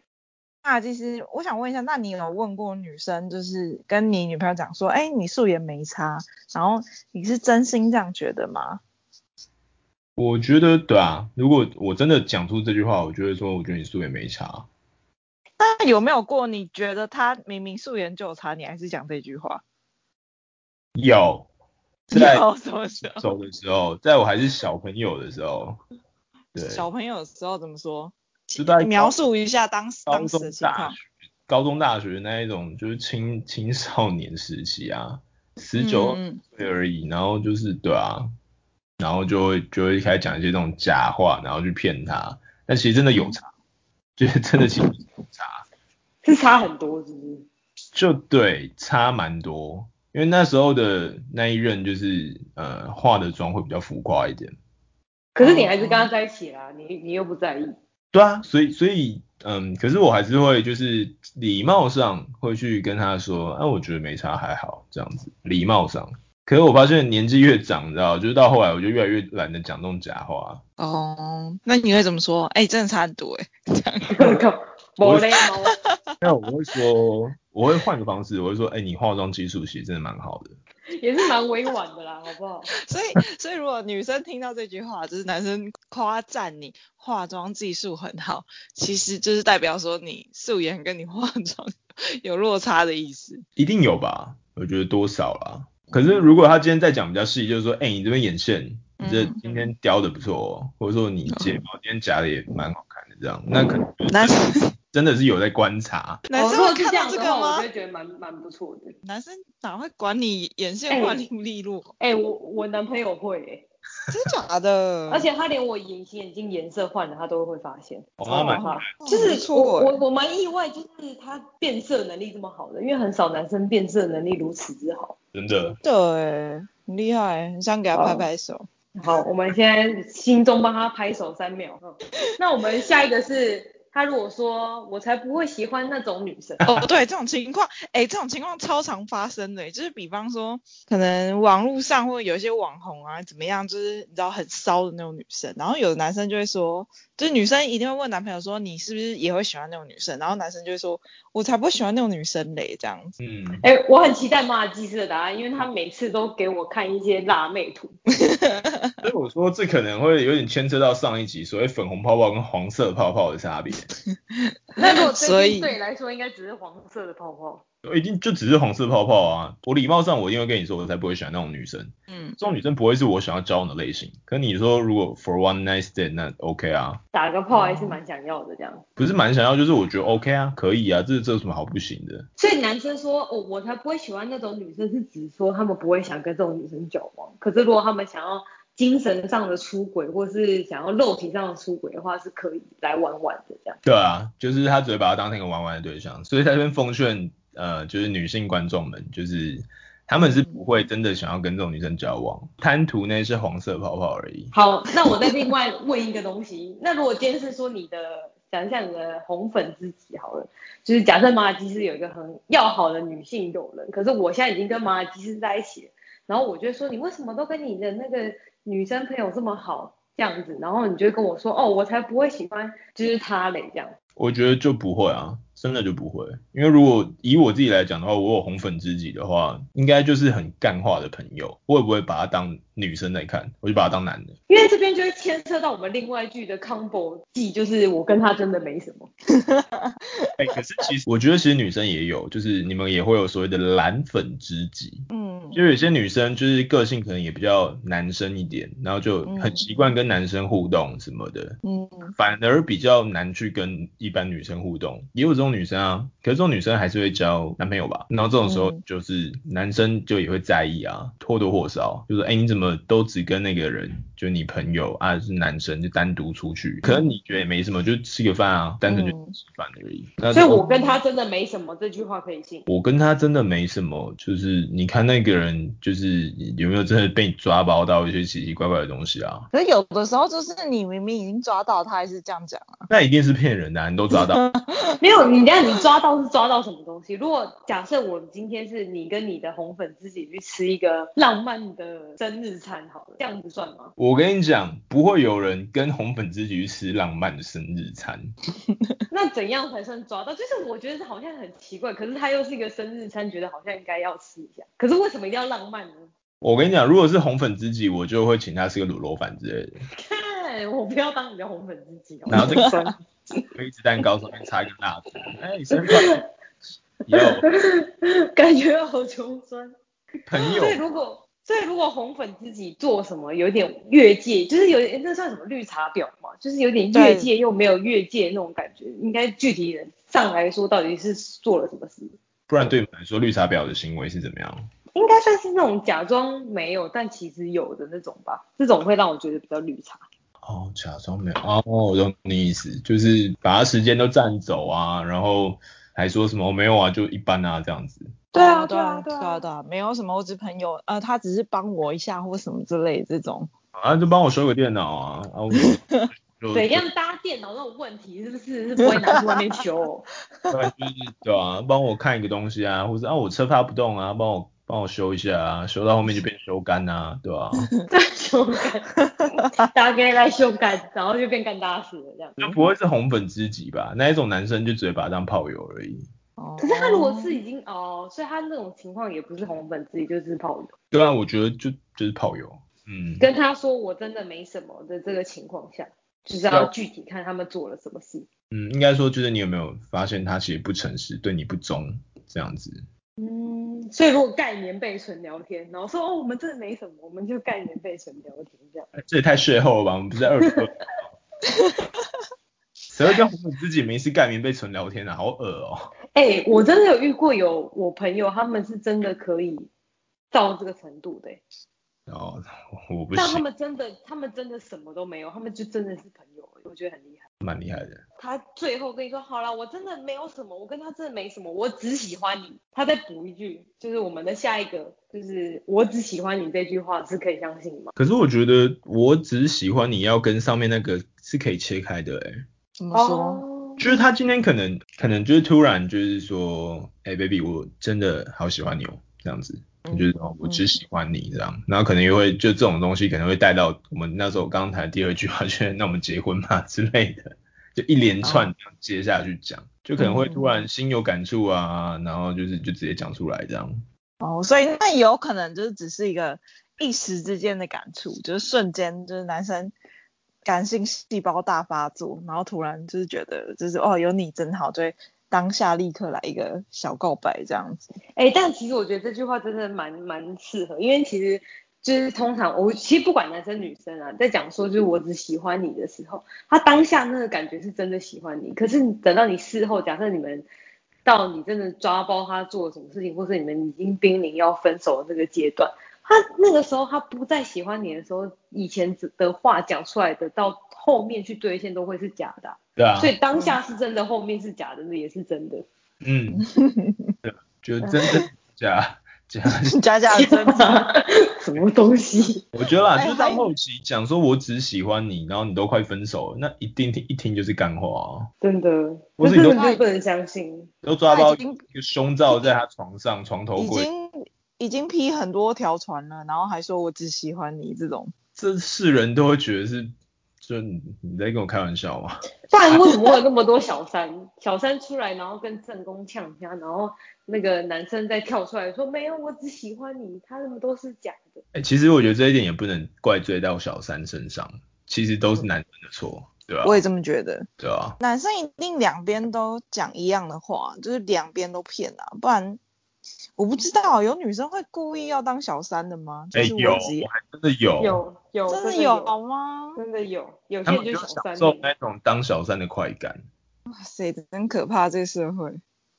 [SPEAKER 1] 那其实我想问一下，那你有问过女生，就是跟你女朋友讲说，哎，你素颜没差，然后你是真心这样觉得吗？
[SPEAKER 3] 我觉得对啊，如果我真的讲出这句话，我就会说，我觉得你素颜没差。
[SPEAKER 1] 那有没有过你觉得她明明素颜就有差，你还是讲这句话？哦
[SPEAKER 3] 有，在
[SPEAKER 1] 有什么时候？
[SPEAKER 3] 走的时候，在我还是小朋友的时候，对，
[SPEAKER 1] 小朋友的时候怎么说？
[SPEAKER 3] 就在
[SPEAKER 1] 描述一下当时
[SPEAKER 3] 高
[SPEAKER 1] 当时的
[SPEAKER 3] 中
[SPEAKER 1] 情
[SPEAKER 3] 大
[SPEAKER 1] 况
[SPEAKER 3] 学。，高中大学那一种就是青青少年时期啊，十
[SPEAKER 1] 嗯
[SPEAKER 3] 九
[SPEAKER 1] 嗯
[SPEAKER 3] 岁而已，然后就是对啊，然后就会就会开始讲一些这种假话，然后去骗他，但其实真的
[SPEAKER 1] 嗯
[SPEAKER 3] 有差，就是真的其实有差，
[SPEAKER 2] 是差很多，是不是？
[SPEAKER 3] 就对差蛮多，因为那时候的那一任就是呃化的妆会比较浮夸一点。
[SPEAKER 2] 可是你还是跟他在一起啦，
[SPEAKER 1] 哦
[SPEAKER 2] 你你又不
[SPEAKER 1] *laughs*
[SPEAKER 2] 在意，
[SPEAKER 3] 对啊，所以所以嗯，可是我还是会就是礼貌上会去跟他说，啊，我觉得没差还好这样子，礼貌上。可是我发现年纪越长，你知道，就是到后来我就越来越懒得讲这种假话。
[SPEAKER 1] 哦，那你会怎么说？哎、真的差很多哎、这样。
[SPEAKER 2] 我嘞毛。
[SPEAKER 3] 那我会说，我会换个方式，我会说，哎、你化妆技术其实真的蛮好的。
[SPEAKER 2] *laughs* 也是蛮委婉的啦，好不好？
[SPEAKER 1] 所以，所以如果女生听到这句话，就是男生夸赞你化妆技术很好，其实就是代表说你素颜跟你化妆有落差的意思。
[SPEAKER 3] 一定有吧？我觉得多少啦。可是如果他今天再讲比较细，就是说，哎、你这边眼线，你这
[SPEAKER 1] 嗯
[SPEAKER 3] 今天雕的不错、哦，或者说你睫毛今天夹的也蛮好看的，这样，那可能就是
[SPEAKER 1] 男生
[SPEAKER 3] 真的是有在观察。
[SPEAKER 1] 男
[SPEAKER 2] 哦
[SPEAKER 1] 生
[SPEAKER 2] 如果
[SPEAKER 1] 会
[SPEAKER 2] 是
[SPEAKER 1] 看
[SPEAKER 2] 这样
[SPEAKER 1] 到这
[SPEAKER 2] 的
[SPEAKER 1] 个
[SPEAKER 2] 话，我
[SPEAKER 1] 吗
[SPEAKER 2] 就？会觉得蛮蛮不错的。
[SPEAKER 1] 男生哪会管你眼线画利不利
[SPEAKER 2] *laughs*
[SPEAKER 1] 落？
[SPEAKER 2] 哎、我我男朋友会、欸，
[SPEAKER 1] 真假的？
[SPEAKER 2] 而且他连我眼睛眼睛颜色换了，他都会发现。
[SPEAKER 3] 哦那蛮
[SPEAKER 2] 好
[SPEAKER 1] 哦
[SPEAKER 2] 就是
[SPEAKER 1] 不
[SPEAKER 2] 我
[SPEAKER 1] 错
[SPEAKER 2] 我我蛮意外，就是他变色能力这么好的，因为很少男生变色能力如此之好。
[SPEAKER 3] 真的，
[SPEAKER 1] 对，很厉害，很想给他
[SPEAKER 2] 哦
[SPEAKER 1] 拍拍手。
[SPEAKER 2] 好，我们现在心中帮他拍手三秒。嗯那我们下一个是。他如果说我才不会喜欢那种女 *laughs* 生，
[SPEAKER 1] 哦，对，这种情况，哎，这种情况超常发生的，欸就是比方说，可能网络上或者有一些网红啊，怎么样，就是你知道很骚的那种女生，然后有的男生就会说，就是女生一定会问男朋友说，你是不是也会喜欢那种女生？然后男生就会说，我才不会喜欢那种女生嘞，这样子。
[SPEAKER 3] 嗯，
[SPEAKER 2] 哎、我很期待马尔济斯的答案，因为他每次都给我看一些辣妹图，
[SPEAKER 3] 所以我说这可能会有点牵扯到上一集所谓粉红泡泡跟黄色泡泡的差别，
[SPEAKER 2] *laughs* 那如果
[SPEAKER 1] 所
[SPEAKER 2] 真
[SPEAKER 1] 以
[SPEAKER 2] 心对你来说，应该只是黄色的泡泡。
[SPEAKER 3] 一定就只是黄色泡泡啊。我礼貌上我一定会跟你说，我才不会喜欢那种女生，
[SPEAKER 1] 嗯，
[SPEAKER 3] 这种女生不会是我想要交往的类型。可你说如果 for one night stand 那 OK 啊，
[SPEAKER 2] 打个炮还是蛮想要的这样。
[SPEAKER 3] 不是蛮想要，就是我觉得 OK 啊，可以啊，这这有什么好不行的？
[SPEAKER 2] 所以男生说，哦，我才不会喜欢那种女生，是指说他们不会想跟这种女生交往。可是如果他们想要精神上的出轨，或是想要肉体上的出轨的话，是可以来玩玩的这样。
[SPEAKER 3] 对啊，就是他只会把他当成一个玩玩的对象，所以在这边奉劝呃，就是女性观众们，就是他们是不会真的想要跟这种女生交往，贪图那些黄色泡泡而已。
[SPEAKER 2] 好，那我再另外问一个东西， *laughs* 那如果今天是说你的，讲一下你的红粉知己好了，就是假设马尔基斯有一个很要好的女性友人，可是我现在已经跟马尔基斯在一起了，然后我就会说你为什么都跟你的那个女生朋友这么好这样子，然后你就会跟我说哦，我才不会喜欢就是他嘞这样，
[SPEAKER 3] 我觉得就不会啊，真的就不会，因为如果以我自己来讲的话，我有红粉知己的话，应该就是很干话的朋友，我也不会把他当女生在看，我就把他当男的。
[SPEAKER 2] 因为这边就会牵涉到我们另外一句的 combo 技，就是我跟他真的没什么。
[SPEAKER 3] 哎、可是其实我觉得其实女生也有，就是你们也会有所谓的蓝粉知己，
[SPEAKER 1] 嗯，
[SPEAKER 3] 就有些女生就是个性可能也比较男生一点，然后就
[SPEAKER 2] 嗯
[SPEAKER 3] 很习惯跟男生互动什么的，
[SPEAKER 1] 嗯，
[SPEAKER 3] 反而比较难去跟一般女生互动，也有这种女生啊，可是这种女生还是会交男朋友吧？然后这种时候
[SPEAKER 1] 嗯
[SPEAKER 3] 就是男生就也会在意啊，或多或少，就是哎、诶你怎么都只跟那个人，就你朋友啊是男生就单独出去，可能你觉得也没什么，就吃个饭啊，单纯就
[SPEAKER 1] 嗯
[SPEAKER 3] 吃饭而已。那
[SPEAKER 2] 所以
[SPEAKER 3] 这种
[SPEAKER 2] 我跟他真的没什么，这句话可以信。
[SPEAKER 3] 我跟他真的没什么，就是你看那个人，就是有没有真的被你抓包到一些奇奇怪怪的东西啊？
[SPEAKER 1] 可是有的时候就是你明明已经抓到，他还是这样讲啊。
[SPEAKER 3] 那一定是骗人的、啊，你都抓到。
[SPEAKER 2] 没有，你让你抓到是抓到什么东西？如果假设我今天是你跟你的红粉知己去吃一个浪漫的生日餐，好了，这样子算吗？
[SPEAKER 3] 我跟你讲，不会有人跟红粉知己去吃浪漫的生日餐。
[SPEAKER 2] 那怎样才算抓到？就是我觉得好像很奇怪，可是它又是一个生日餐，觉得好像应该要吃一下。可是为什么一定要浪漫呢？
[SPEAKER 3] 我跟你讲，如果是红粉知己，我就会请他吃个卤肉饭之类的，
[SPEAKER 2] 看，我不要当你的红粉知己哦。
[SPEAKER 3] 然后这个生杯子蛋糕上面插一个蜡烛，哎、你生日快乐！有
[SPEAKER 2] *laughs* 感觉好穷酸。
[SPEAKER 3] 朋
[SPEAKER 2] 所以
[SPEAKER 3] 友，
[SPEAKER 2] 如果所以如果红粉自己做什么有点越界，就是有点那算什么绿茶婊嘛，就是有点越界又没有越界那种感觉。应该具体人上来说到底是做了什么事，
[SPEAKER 3] 不然对你们来说，绿茶婊的行为是怎么样？
[SPEAKER 2] 应该算是那种假装没有但其实有的那种吧。这种会让我觉得比较绿茶。
[SPEAKER 3] 哦，假装没有哦，我懂你意思，就是把他时间都占走啊，然后还说什么、哦没有啊，就一般啊这样子。
[SPEAKER 2] 对啊
[SPEAKER 1] 对啊，
[SPEAKER 2] 对啊
[SPEAKER 1] 对啊，对啊，没有什么，我只朋友，呃，他只是帮我一下或什么之类的这种。
[SPEAKER 3] 啊，就帮我修个电脑啊，啊我 *laughs* 就啊
[SPEAKER 2] 怎样搭电脑那种问题是不是是不会拿去外面求、哦？ *laughs*
[SPEAKER 3] 对，就是对啊，帮我看一个东西啊，或者啊我车发不动啊，帮我帮我修一下啊，修到后面就变修干啊，对吧、
[SPEAKER 2] 在修改，大概来修改，然后就变干大事了这样。
[SPEAKER 3] 就不会是红粉知己吧？那一种男生就只会把他当炮友而已。
[SPEAKER 1] 哦
[SPEAKER 2] 可是他如果是已经哦，所以他那种情况也不是红粉知己，就是炮友。
[SPEAKER 3] 对啊，我觉得就就是炮友，嗯，
[SPEAKER 2] 跟他说我真的没什么的这个情况下，就是要具体看他们做了什么事。
[SPEAKER 3] 嗯，应该说就是你有没有发现他其实不诚实，对你不忠这样子。
[SPEAKER 2] 嗯，所以如果盖棉被纯聊天，然后说哦我们真的没什么，我们就盖棉被纯聊天这样。
[SPEAKER 3] 这也太事后了吧？我们不是在二十二。谁会跟红粉知己没事盖棉被纯聊天啊？好恶哦、
[SPEAKER 2] 哎、我真的有遇过有我朋友，他们是真的可以到这个程度的、欸
[SPEAKER 3] 哦，我不
[SPEAKER 2] 但他
[SPEAKER 3] 行，
[SPEAKER 2] 们真的他们真的什么都没有，他们就真的是朋友而已，我觉得很厉害。
[SPEAKER 3] 蛮厉害的。
[SPEAKER 2] 他最后跟你说好了，我真的没有什么，我跟他真的没什么，我只喜欢你。他再补一句，就是我们的下一个，就是我只喜欢你这句话是可以相信吗？
[SPEAKER 3] 可是我觉得我只喜欢你要跟上面那个是可以切开的、欸，
[SPEAKER 1] 怎么说？
[SPEAKER 2] 哦
[SPEAKER 3] 就是他今天可能可能就是突然就是说，哎、b a b y 我真的好喜欢你哦，这样子，
[SPEAKER 1] 嗯
[SPEAKER 3] 就是哦，我只喜欢你这样，然后可能也会就这种东西可能会带到我们那时候刚刚谈的第二句话，就是 *laughs* 那我们结婚嘛之类的，就一连串这样接下去讲，就可能会突然心有感触啊，然后就是就直接讲出来这样，
[SPEAKER 1] 哦，所以那有可能就是只是一个一时之间的感触，就是瞬间就是男生感性细胞大发作，然后突然就是觉得就是哦有你真好，就会当下立刻来一个小告白这样子。 *laughs*
[SPEAKER 2] 哎、但其实我觉得这句话真的蛮蛮适合，因为其实就是通常我其实不管男生女生啊，在讲说就是我只喜欢你的时候，他当下那个感觉是真的喜欢你，可是你等到你事后，假设你们到你真的抓包他做了什么事情，或是你们已经濒临要分手的这个阶段，他那个时候他不再喜欢你的时候，以前的话讲出来的，到后面去兑现都会是假的啊、
[SPEAKER 3] 对啊
[SPEAKER 2] 所，以当下是真的，后面是假的，那也是真的。
[SPEAKER 3] 嗯，对就真的假假。
[SPEAKER 1] 加加的真的，
[SPEAKER 2] *laughs* 什么东西？
[SPEAKER 3] 我觉得啦，
[SPEAKER 1] 哎
[SPEAKER 3] 就是到
[SPEAKER 1] 还
[SPEAKER 3] 后期讲说我只喜欢你，然后你都快分手了，那一定听一听就是干话、啊，
[SPEAKER 2] 真的，
[SPEAKER 3] 不
[SPEAKER 2] 我
[SPEAKER 3] 是
[SPEAKER 2] 真
[SPEAKER 3] 你
[SPEAKER 2] 的
[SPEAKER 3] 都
[SPEAKER 2] 是不能相信。
[SPEAKER 3] 都抓包
[SPEAKER 1] 他已经
[SPEAKER 3] 一个胸罩在他床上床头
[SPEAKER 1] 已
[SPEAKER 3] 柜，
[SPEAKER 1] 经已经劈很多条船了，然后还说我只喜欢你这种。
[SPEAKER 3] 这世人都会觉得是，就你你在跟我开玩笑吗？
[SPEAKER 2] 不然为什么会有那么多小三？ *laughs* 小三出来，然后跟正宫呛一下，然后那个男生再跳出来说：“没有，我只喜欢你，他们都是假的。
[SPEAKER 3] 哎、其实我觉得这一点也不能怪罪到小三身上，其实都是男生的错，对啊吧、
[SPEAKER 1] 我也这么觉得，
[SPEAKER 3] 对啊吧、
[SPEAKER 1] 男生一定两边都讲一样的话，就是两边都骗啊，不然我不知道有女生会故意要当小三的吗？就
[SPEAKER 3] 哎、
[SPEAKER 1] 是
[SPEAKER 3] 有，
[SPEAKER 1] 我只
[SPEAKER 3] 我还真的有，
[SPEAKER 2] 有有
[SPEAKER 1] 真的
[SPEAKER 2] 有
[SPEAKER 1] 有吗？
[SPEAKER 2] 真的有，有
[SPEAKER 3] 他
[SPEAKER 2] 些
[SPEAKER 3] 们
[SPEAKER 2] 就
[SPEAKER 3] 就是
[SPEAKER 2] 小
[SPEAKER 3] 享
[SPEAKER 2] 三
[SPEAKER 3] 受
[SPEAKER 2] 的。
[SPEAKER 3] 那种当小三的快感，
[SPEAKER 1] 哇塞，真可怕这个社会。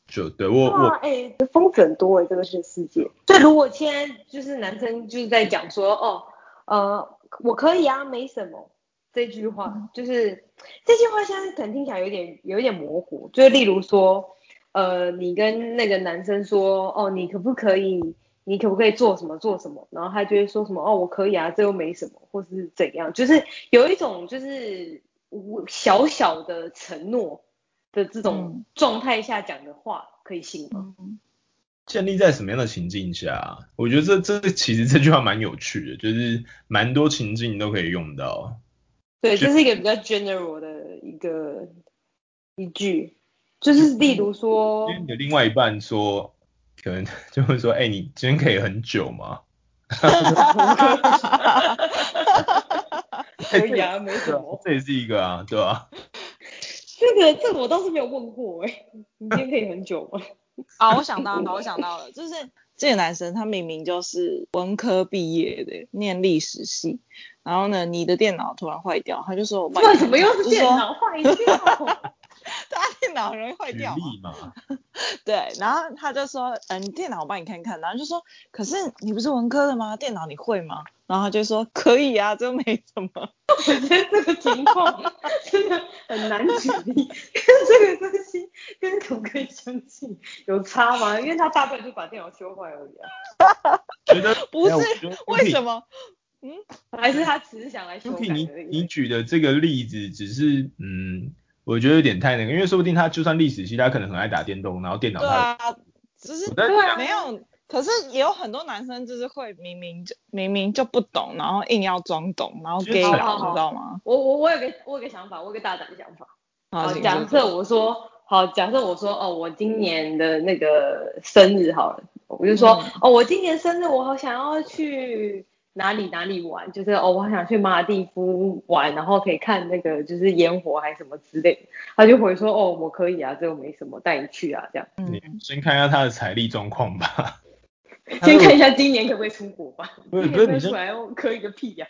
[SPEAKER 3] 就对我
[SPEAKER 2] 哇
[SPEAKER 1] 啊
[SPEAKER 3] 我，
[SPEAKER 2] 哎、风筝多哎，这个是世界。所以如果现在就是男生就是在讲说，哦，呃，我可以啊，没什么。这句
[SPEAKER 3] 嗯
[SPEAKER 2] 话就是这句话，现在可能听起来有点有一点模糊。就是例如说，呃，你跟那个男生说，哦，你可不可以，你可不可以做什么做什么？然后他就会说什么，哦，我可以啊，这又没什么，或是怎样，就是有一种就是无小小的承诺的这种
[SPEAKER 1] 嗯
[SPEAKER 2] 状态下讲的话，可以信吗？
[SPEAKER 1] 嗯，
[SPEAKER 3] 建立在什么样的情境下啊、我觉得这这其实这句话蛮有趣的，就是蛮多情境都可以用到。
[SPEAKER 2] 对，
[SPEAKER 3] 就
[SPEAKER 2] 这是一个比较 general 的一个一句，就是例如说
[SPEAKER 3] 因为，你的另外一半说，可能 *laughs* 就会说，哎、你今天可以很久
[SPEAKER 1] *laughs*
[SPEAKER 3] 吗？哎
[SPEAKER 2] 可以啊，没什么。
[SPEAKER 3] 这也是一个啊，对吧、
[SPEAKER 2] 这个这个我倒是没有问过哎、你今天可以很久吗？
[SPEAKER 1] 啊，我想到了，我想到了，就是这个男生他明明就是文科毕业的，念历史系，然后呢，你的电脑突然坏掉，他就说我帮你
[SPEAKER 2] 为什么又是
[SPEAKER 1] 就说
[SPEAKER 2] 电脑坏掉？
[SPEAKER 1] *laughs* 他电脑很容易坏
[SPEAKER 3] 举
[SPEAKER 1] 掉嘛，
[SPEAKER 3] 例嘛，
[SPEAKER 1] 对，然后他就说，嗯、你电脑我帮你看看，然后就说，可是你不是文科的吗？电脑你会吗？然后他就说可以啊，这没什么。
[SPEAKER 2] 我觉得这个情况真的很难举例，跟这个东西跟可不可以相信有差吗？因为他大不了就把电脑修坏而已啊，
[SPEAKER 3] 觉得
[SPEAKER 1] 不是
[SPEAKER 3] 没有我觉得
[SPEAKER 1] 为
[SPEAKER 3] Yuki-
[SPEAKER 1] 什么？
[SPEAKER 2] 还是他只是想来修改
[SPEAKER 3] Yuki，你
[SPEAKER 2] 而
[SPEAKER 3] 你
[SPEAKER 2] 已。
[SPEAKER 3] 举的这个例子只是，嗯，我觉得有点太那个，因为说不定他就算历史系，他可能很爱打电动，然后电脑
[SPEAKER 1] 对
[SPEAKER 3] 他、
[SPEAKER 1] 啊，只是
[SPEAKER 3] 我在
[SPEAKER 2] 对啊
[SPEAKER 1] *laughs* 没有，可是也有很多男生就是会明明就明明就不懂，然后硬要装懂，然后
[SPEAKER 3] 其实
[SPEAKER 1] gay
[SPEAKER 3] 好
[SPEAKER 1] 佬，
[SPEAKER 2] 好好
[SPEAKER 1] 你知道吗？
[SPEAKER 2] 我我我有个我有个想法，我有个大胆的想法。
[SPEAKER 1] 好
[SPEAKER 3] 啊
[SPEAKER 2] 好，
[SPEAKER 1] 请
[SPEAKER 2] 假
[SPEAKER 1] 说
[SPEAKER 2] 设我说，好，假设我说，哦，我今年的那个生日好了，我就说，
[SPEAKER 1] 嗯
[SPEAKER 2] 哦，我今年生日，我好想要去哪里哪里玩，就是哦，我好想去马尔蒂夫玩，然后可以看那个就是烟火还是什么之类的。他就回说，哦，我可以啊，这又没什么，带你去啊，这样。
[SPEAKER 1] 嗯
[SPEAKER 3] 你，先看一下他的财力状
[SPEAKER 2] *laughs*
[SPEAKER 3] 况吧。
[SPEAKER 2] 先看一下今年可不可以出国吧，
[SPEAKER 3] 不是
[SPEAKER 2] 今
[SPEAKER 3] 不是
[SPEAKER 2] 年
[SPEAKER 3] 你
[SPEAKER 2] 出
[SPEAKER 3] 先
[SPEAKER 2] 来我可以个屁呀、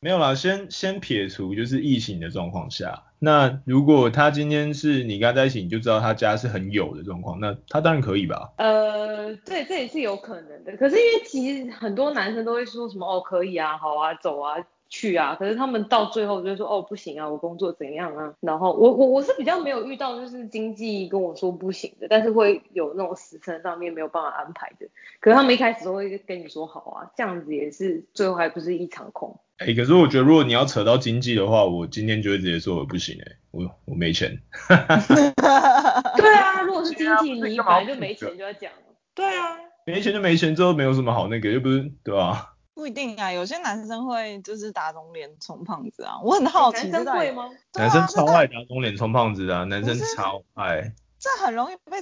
[SPEAKER 3] 没有啦，先先撇除就是疫情的状况下，那如果他今天是你跟他在一起，你就知道他家是很有的状况，那他当然可以吧。
[SPEAKER 2] 呃，对，这也是有可能的。可是因为其实很多男生都会说什么哦，可以啊，好啊，走啊，去啊。可是他们到最后就会说哦，不行啊，我工作怎样啊。然后我我我是比较没有遇到就是经济跟我说不行的，但是会有那种时辰上面没有办法安排的。可是他们一开始都会跟你说好啊，这样子也是最后还不是一场空。
[SPEAKER 3] 哎、可是我觉得如果你要扯到经济的话，我今天就会直接说我不行哎、我我没钱。
[SPEAKER 2] 对啊，如果是经济，
[SPEAKER 3] 不是
[SPEAKER 2] 你
[SPEAKER 3] 干
[SPEAKER 2] 本
[SPEAKER 3] 嘛
[SPEAKER 2] 来就
[SPEAKER 3] 不
[SPEAKER 2] 没
[SPEAKER 3] 行
[SPEAKER 2] 钱就要讲了。对啊，
[SPEAKER 3] 没钱就没钱，之后没有什么好那个，又不是对吧、
[SPEAKER 1] 不一定啊，有些男生会就是打肿脸充胖子啊，我很好奇，
[SPEAKER 2] 男生会
[SPEAKER 1] 这
[SPEAKER 2] 吗？
[SPEAKER 1] 对
[SPEAKER 3] 男
[SPEAKER 1] 啊
[SPEAKER 3] 生超爱打肿脸充胖子的啊，男生
[SPEAKER 1] 不是
[SPEAKER 3] 超爱。
[SPEAKER 1] 这很容易被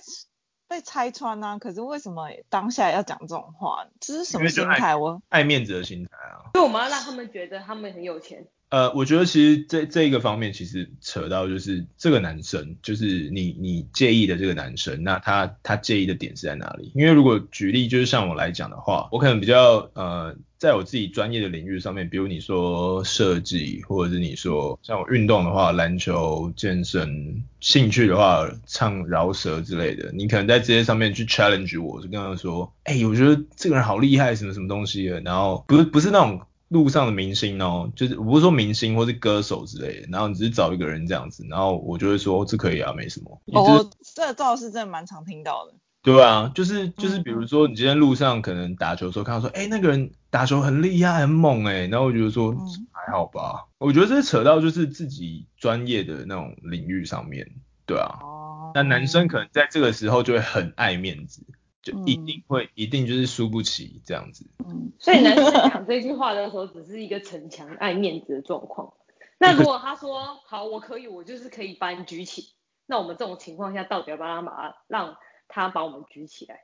[SPEAKER 1] 被拆穿啊。可是为什么当下要讲这种话？这是什
[SPEAKER 3] 因为
[SPEAKER 1] 么
[SPEAKER 3] 就
[SPEAKER 1] 心
[SPEAKER 3] 爱
[SPEAKER 1] 态？我
[SPEAKER 3] 爱面子的心态啊。
[SPEAKER 2] 所以我们要让他们觉得他们很有钱。
[SPEAKER 3] 呃，我觉得其实这这一个方面，其实扯到就是这个男生，就是你你介意的这个男生，那他他介意的点是在哪里？因为如果举例就是像我来讲的话，我可能比较呃，在我自己专业的领域上面，比如你说设计，或者是你说像我运动的话，篮球、健身，兴趣的话，唱饶舌之类的，你可能在这些上面去 challenge 我，就跟他说，哎、我觉得这个人好厉害，什么什么东西的，然后不是不是那种路上的明星哦，就是我不是说明星或是歌手之类的，然后你只是找一个人这样子，然后我就会说、哦这可以啊，没什么，就是
[SPEAKER 1] 哦，这倒是真的蛮常听到的。
[SPEAKER 3] 对啊，就是就是，
[SPEAKER 1] 嗯
[SPEAKER 3] 比如说你今天路上可能打球的时候看到说，哎、那个人打球很厉害，很猛哎、然后我觉得说
[SPEAKER 1] 嗯
[SPEAKER 3] 还好吧，我觉得这扯到就是自己专业的那种领域上面，对啊，
[SPEAKER 1] 哦，
[SPEAKER 3] 那男生可能在这个时候就会很爱面子，就一
[SPEAKER 1] 嗯
[SPEAKER 3] 定会、一定就是输不起这样子，
[SPEAKER 1] 嗯，*laughs*
[SPEAKER 2] 所以男生讲这句话的时候，只是一个逞强爱面子的状况。那如果他说好，我可以，我就是可以把你举起，那我们这种情况下，到底要不要让他把让他把我们举起来？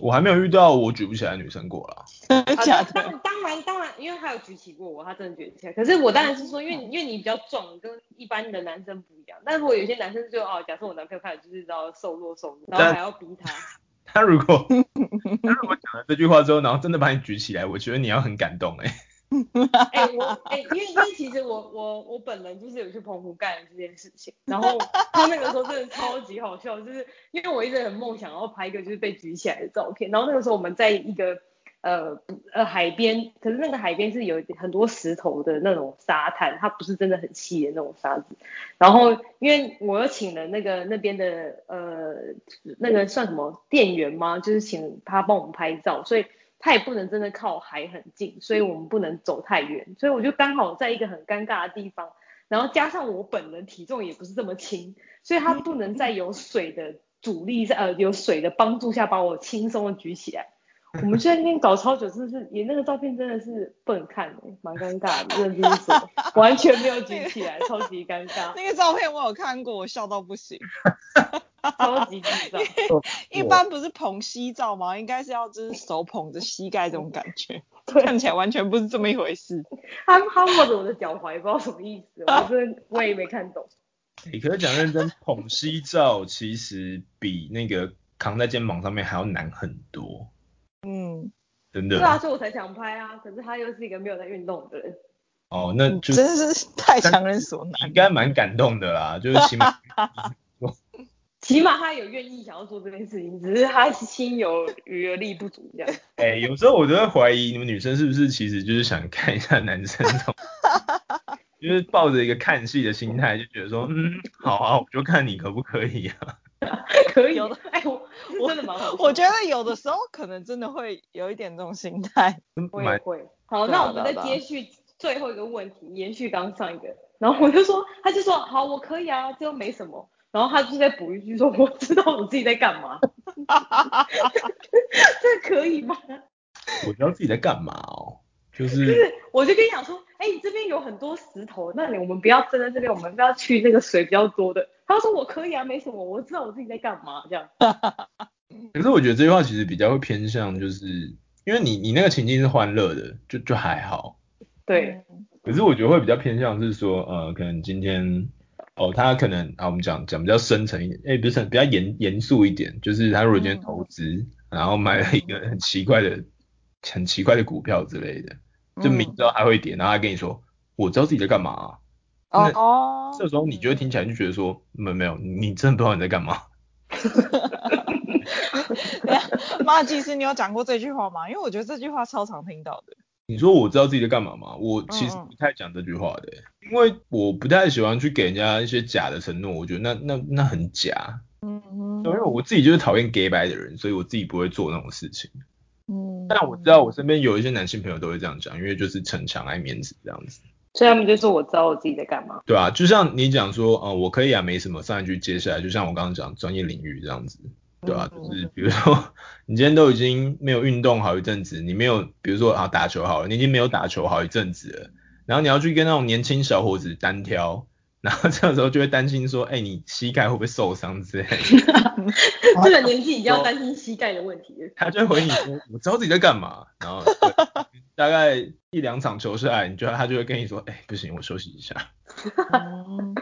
[SPEAKER 3] 我还没有遇到我举不起来的女生过啦，
[SPEAKER 1] 真的
[SPEAKER 2] *laughs* 啊
[SPEAKER 1] 假
[SPEAKER 2] 当
[SPEAKER 1] 的？
[SPEAKER 2] 当当然当然，因为他有举起过我，他真的举得起来。可是我当然是说，因为因为你比较壮，跟一般的男生不一样。但如果有些男生就哦，假设我男朋友看了就是知道瘦弱瘦弱，然后
[SPEAKER 3] 但
[SPEAKER 2] 还要逼他，*laughs*
[SPEAKER 3] 他如果他如果讲了这句话之后，然后真的把你举起来，我觉得你要很感动哎、
[SPEAKER 2] 哎、我哎、因为因为其实我我我本人就是有去澎湖干这件事情，然后他那个时候真的超级好笑，就是因为我一直很梦想要拍一个就是被举起来的照片，然后那个时候我们在一个呃呃海边，可是那个海边是有很多石头的那种沙滩，它不是真的很细的那种沙子，然后因为我又请了那个那边的呃那个算什么店员吗？就是请他帮我们拍照，所以他也不能真的靠海很近，所以我们不能走太远，所以我就刚好在一个很尴尬的地方，然后加上我本人体重也不是这么轻，所以他不能在有水的阻力下，呃有水的帮助下把我轻松的举起来。我们就在那边搞超久，真的是也那个照片真的是不能看、欸，蛮尴尬的，认真说，完全没有举起来，超级尴尬。
[SPEAKER 1] 那个照片我有看过，我笑到不行。
[SPEAKER 2] *laughs* 超级紧张。
[SPEAKER 1] 一般不是捧膝照吗？应该是要就是手捧着膝盖这种感 *laughs* 觉，
[SPEAKER 2] 对
[SPEAKER 1] 看起来完全不是这么一回事。
[SPEAKER 2] 他他握着我的脚踝，不知道什么意思，我真的我也没看懂。
[SPEAKER 3] 你欸可是讲认真，捧膝照其实比那个扛在肩膀上面还要难很多，
[SPEAKER 1] *laughs* 嗯，
[SPEAKER 3] 真
[SPEAKER 2] *laughs*
[SPEAKER 3] 的。
[SPEAKER 2] 对啊，所以我才想拍啊，可是他又是一个没有在运动的人。
[SPEAKER 3] 哦，那
[SPEAKER 2] 嗯
[SPEAKER 3] 就
[SPEAKER 1] 真的是太强人所难。
[SPEAKER 3] 应该蛮感动的啦，就是
[SPEAKER 2] *laughs*
[SPEAKER 3] 起码
[SPEAKER 2] 起码他有愿意想要做这件事情，只是他心有余而力不足这 *laughs* 样。
[SPEAKER 3] 哎、有时候我都会怀疑你们女生是不是其实就是想看一下男生这
[SPEAKER 2] *laughs*
[SPEAKER 3] 种就是抱着一个看戏的心态，就觉得说，嗯，好啊，我就看你可不可以啊。
[SPEAKER 2] 可以
[SPEAKER 1] 有的，
[SPEAKER 2] 哎， *laughs* 我我真的蛮好笑的，
[SPEAKER 1] 我觉得有的时候可能真的会有一点这种心 *laughs* 态。
[SPEAKER 2] *laughs* 我
[SPEAKER 3] 蛮
[SPEAKER 2] 也会。好，
[SPEAKER 1] 对啊
[SPEAKER 2] 那我们
[SPEAKER 1] 对
[SPEAKER 2] 再
[SPEAKER 1] 啊对啊
[SPEAKER 2] 接续最后一个问题，延续刚上一个。然后我就说，他就说好，我可以啊，这又没什么。然后他就在补一句说，我知道我自己在干 *laughs* 嘛。这可以吗？
[SPEAKER 3] 我知道自己在干嘛哦，就
[SPEAKER 2] *laughs*
[SPEAKER 3] 是
[SPEAKER 2] 就是我就跟你讲说，哎、你这边有很多石头，那你我们不要站在这边，我们不要去那个水比较多的。他说我可以啊，没什么，我知道我自己在干嘛这样。
[SPEAKER 3] 可是我觉得这句话其实比较会偏向，就是因为你你那个情境是欢乐的，就就还
[SPEAKER 1] 嗯
[SPEAKER 3] 好。
[SPEAKER 2] 对，
[SPEAKER 3] 可是我觉得会比较偏向是说，呃，可能今天哦，他可能啊，我们讲讲比较深沉一点，哎、不是比较严严肃一点，就是他如果今天投资，然后买了一个很奇怪的、很奇怪的股票之类的，嗯就明
[SPEAKER 1] 嗯
[SPEAKER 3] 知道它会跌，然后他跟你说，我知道自己在干嘛啊、
[SPEAKER 1] 哦
[SPEAKER 3] 那
[SPEAKER 1] 哦，
[SPEAKER 3] 这时候你就
[SPEAKER 1] *laughs*
[SPEAKER 3] 会听起来就觉得说，没有没有，你真的不知道你在干嘛。
[SPEAKER 1] 马技师，你有讲过这句话吗？因为我觉得这句话超常听到的。
[SPEAKER 3] 你说我知道自己在干嘛吗？我其实
[SPEAKER 1] 嗯嗯
[SPEAKER 3] 不太讲这句话的、欸因为我不太喜欢去给人家一些假的承诺，我觉得那那那很假。
[SPEAKER 1] 嗯
[SPEAKER 3] 因为我自己就是讨厌 gay 白的人，所以我自己不会做那种事情。
[SPEAKER 1] 嗯
[SPEAKER 3] 但我知道我身边有一些男性朋友都会这样讲，因为就是逞强爱面子这样子，
[SPEAKER 2] 所以他们就说我知道我自己在干嘛。
[SPEAKER 3] 对啊，就像你讲说，呃，我可以啊，没什么。上一句接下来，就像我刚刚讲专业领域这样子，对啊，
[SPEAKER 1] 嗯
[SPEAKER 3] 就是比如说 *laughs* 你今天都已经没有运动好一阵子，你没有，比如说啊打球好了，你已经没有打球好一阵子了，然后你要去跟那种年轻小伙子单挑， *laughs* 然后这个时候就会担心说，哎、你膝盖会不会受伤之类的， *laughs*
[SPEAKER 2] 这个年纪已经要担心膝盖的问题了。
[SPEAKER 3] 他就会回你说，我知道自己在干嘛，然后对大概一两场球下来，你就他就会跟你说，哎、不行，我休息一下，
[SPEAKER 1] 嗯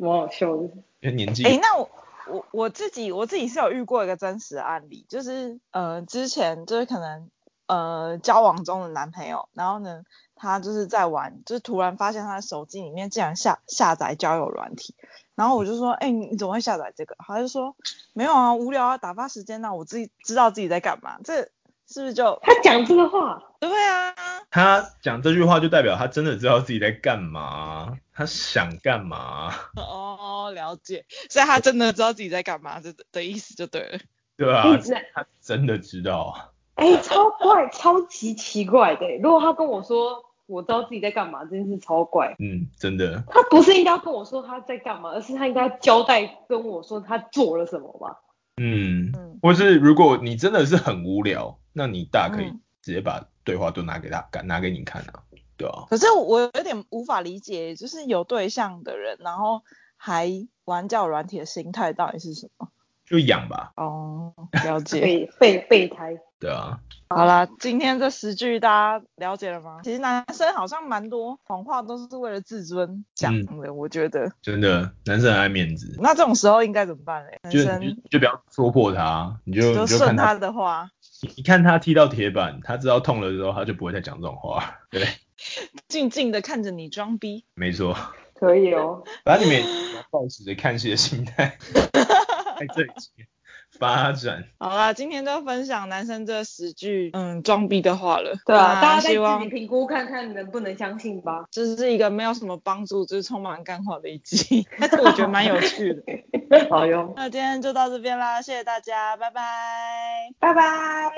[SPEAKER 2] 蛮好笑的。
[SPEAKER 3] 因为年纪
[SPEAKER 1] 哎、那我我我自己我自己是有遇过一个真实的案例，就是呃之前就是可能呃交往中的男朋友，然后呢他就是在玩，就是突然发现他的手机里面竟然下下载交友软体，然后我就说，哎、你怎么会下载这个？他就说没有啊，无聊啊，打发时间啊，我自己知道自己在干嘛，这是不是就
[SPEAKER 2] 他讲这个话，
[SPEAKER 1] 对啊？
[SPEAKER 3] 他讲这句话就代表他真的知道自己在干嘛，他想干嘛， *laughs*
[SPEAKER 1] 哦，了解，所以他真的知道自己在干嘛，这的意思就对了。
[SPEAKER 3] 对啊，
[SPEAKER 2] 嗯那
[SPEAKER 3] 他真的知道，啊
[SPEAKER 2] 哎、超怪，超级奇怪的。欸如果他跟我说我知道自己在干嘛，真是超怪。
[SPEAKER 3] 嗯，真的，
[SPEAKER 2] 他不是应该跟我说他在干嘛，而是他应该交代跟我说他做了什么吧？
[SPEAKER 3] 嗯，
[SPEAKER 1] 嗯
[SPEAKER 3] 或是如果你真的是很无聊，那你大可以
[SPEAKER 1] 嗯
[SPEAKER 3] 直接把对话都拿给他看，拿给你看啊，对啊，
[SPEAKER 1] 可是我有点无法理解，就是有对象的人，然后还玩交友软体的心态到底是什么？
[SPEAKER 3] 就养吧，
[SPEAKER 1] 哦，了解。
[SPEAKER 2] 备 *laughs* 备备胎，
[SPEAKER 3] 对啊，
[SPEAKER 1] 好啦，今天这十句大家了解了吗？其实男生好像蛮多谎话都是为了自尊讲
[SPEAKER 3] 嗯
[SPEAKER 1] 的，我觉得。
[SPEAKER 3] 真的，男生很爱面子，
[SPEAKER 1] 那这种时候应该怎么办嘞？男
[SPEAKER 3] 就你
[SPEAKER 1] 生
[SPEAKER 3] 就就不要戳破他，你就你就
[SPEAKER 1] 顺
[SPEAKER 3] 看
[SPEAKER 1] 他的话，
[SPEAKER 3] 你看他踢到铁板，他知道痛了之后，他就不会再讲这种话。对，
[SPEAKER 1] 静静的看着你装逼。
[SPEAKER 3] 没错，
[SPEAKER 2] 可以哦。
[SPEAKER 3] 反正你们也保持着看戏的心态在这里发展。
[SPEAKER 1] 好啦，今天就分享男生这十句嗯装逼的话了。
[SPEAKER 2] 对啊，
[SPEAKER 1] 那
[SPEAKER 2] 大家再
[SPEAKER 1] 希
[SPEAKER 2] 自己
[SPEAKER 1] 望
[SPEAKER 2] 评估看看能不能相信吧。
[SPEAKER 1] 这是一个没有什么帮助，就是充满干话的一集，但是我觉得蛮有趣的。
[SPEAKER 2] 好哟，
[SPEAKER 1] 那今天就到这边啦，谢谢大家，拜拜。
[SPEAKER 2] 拜拜。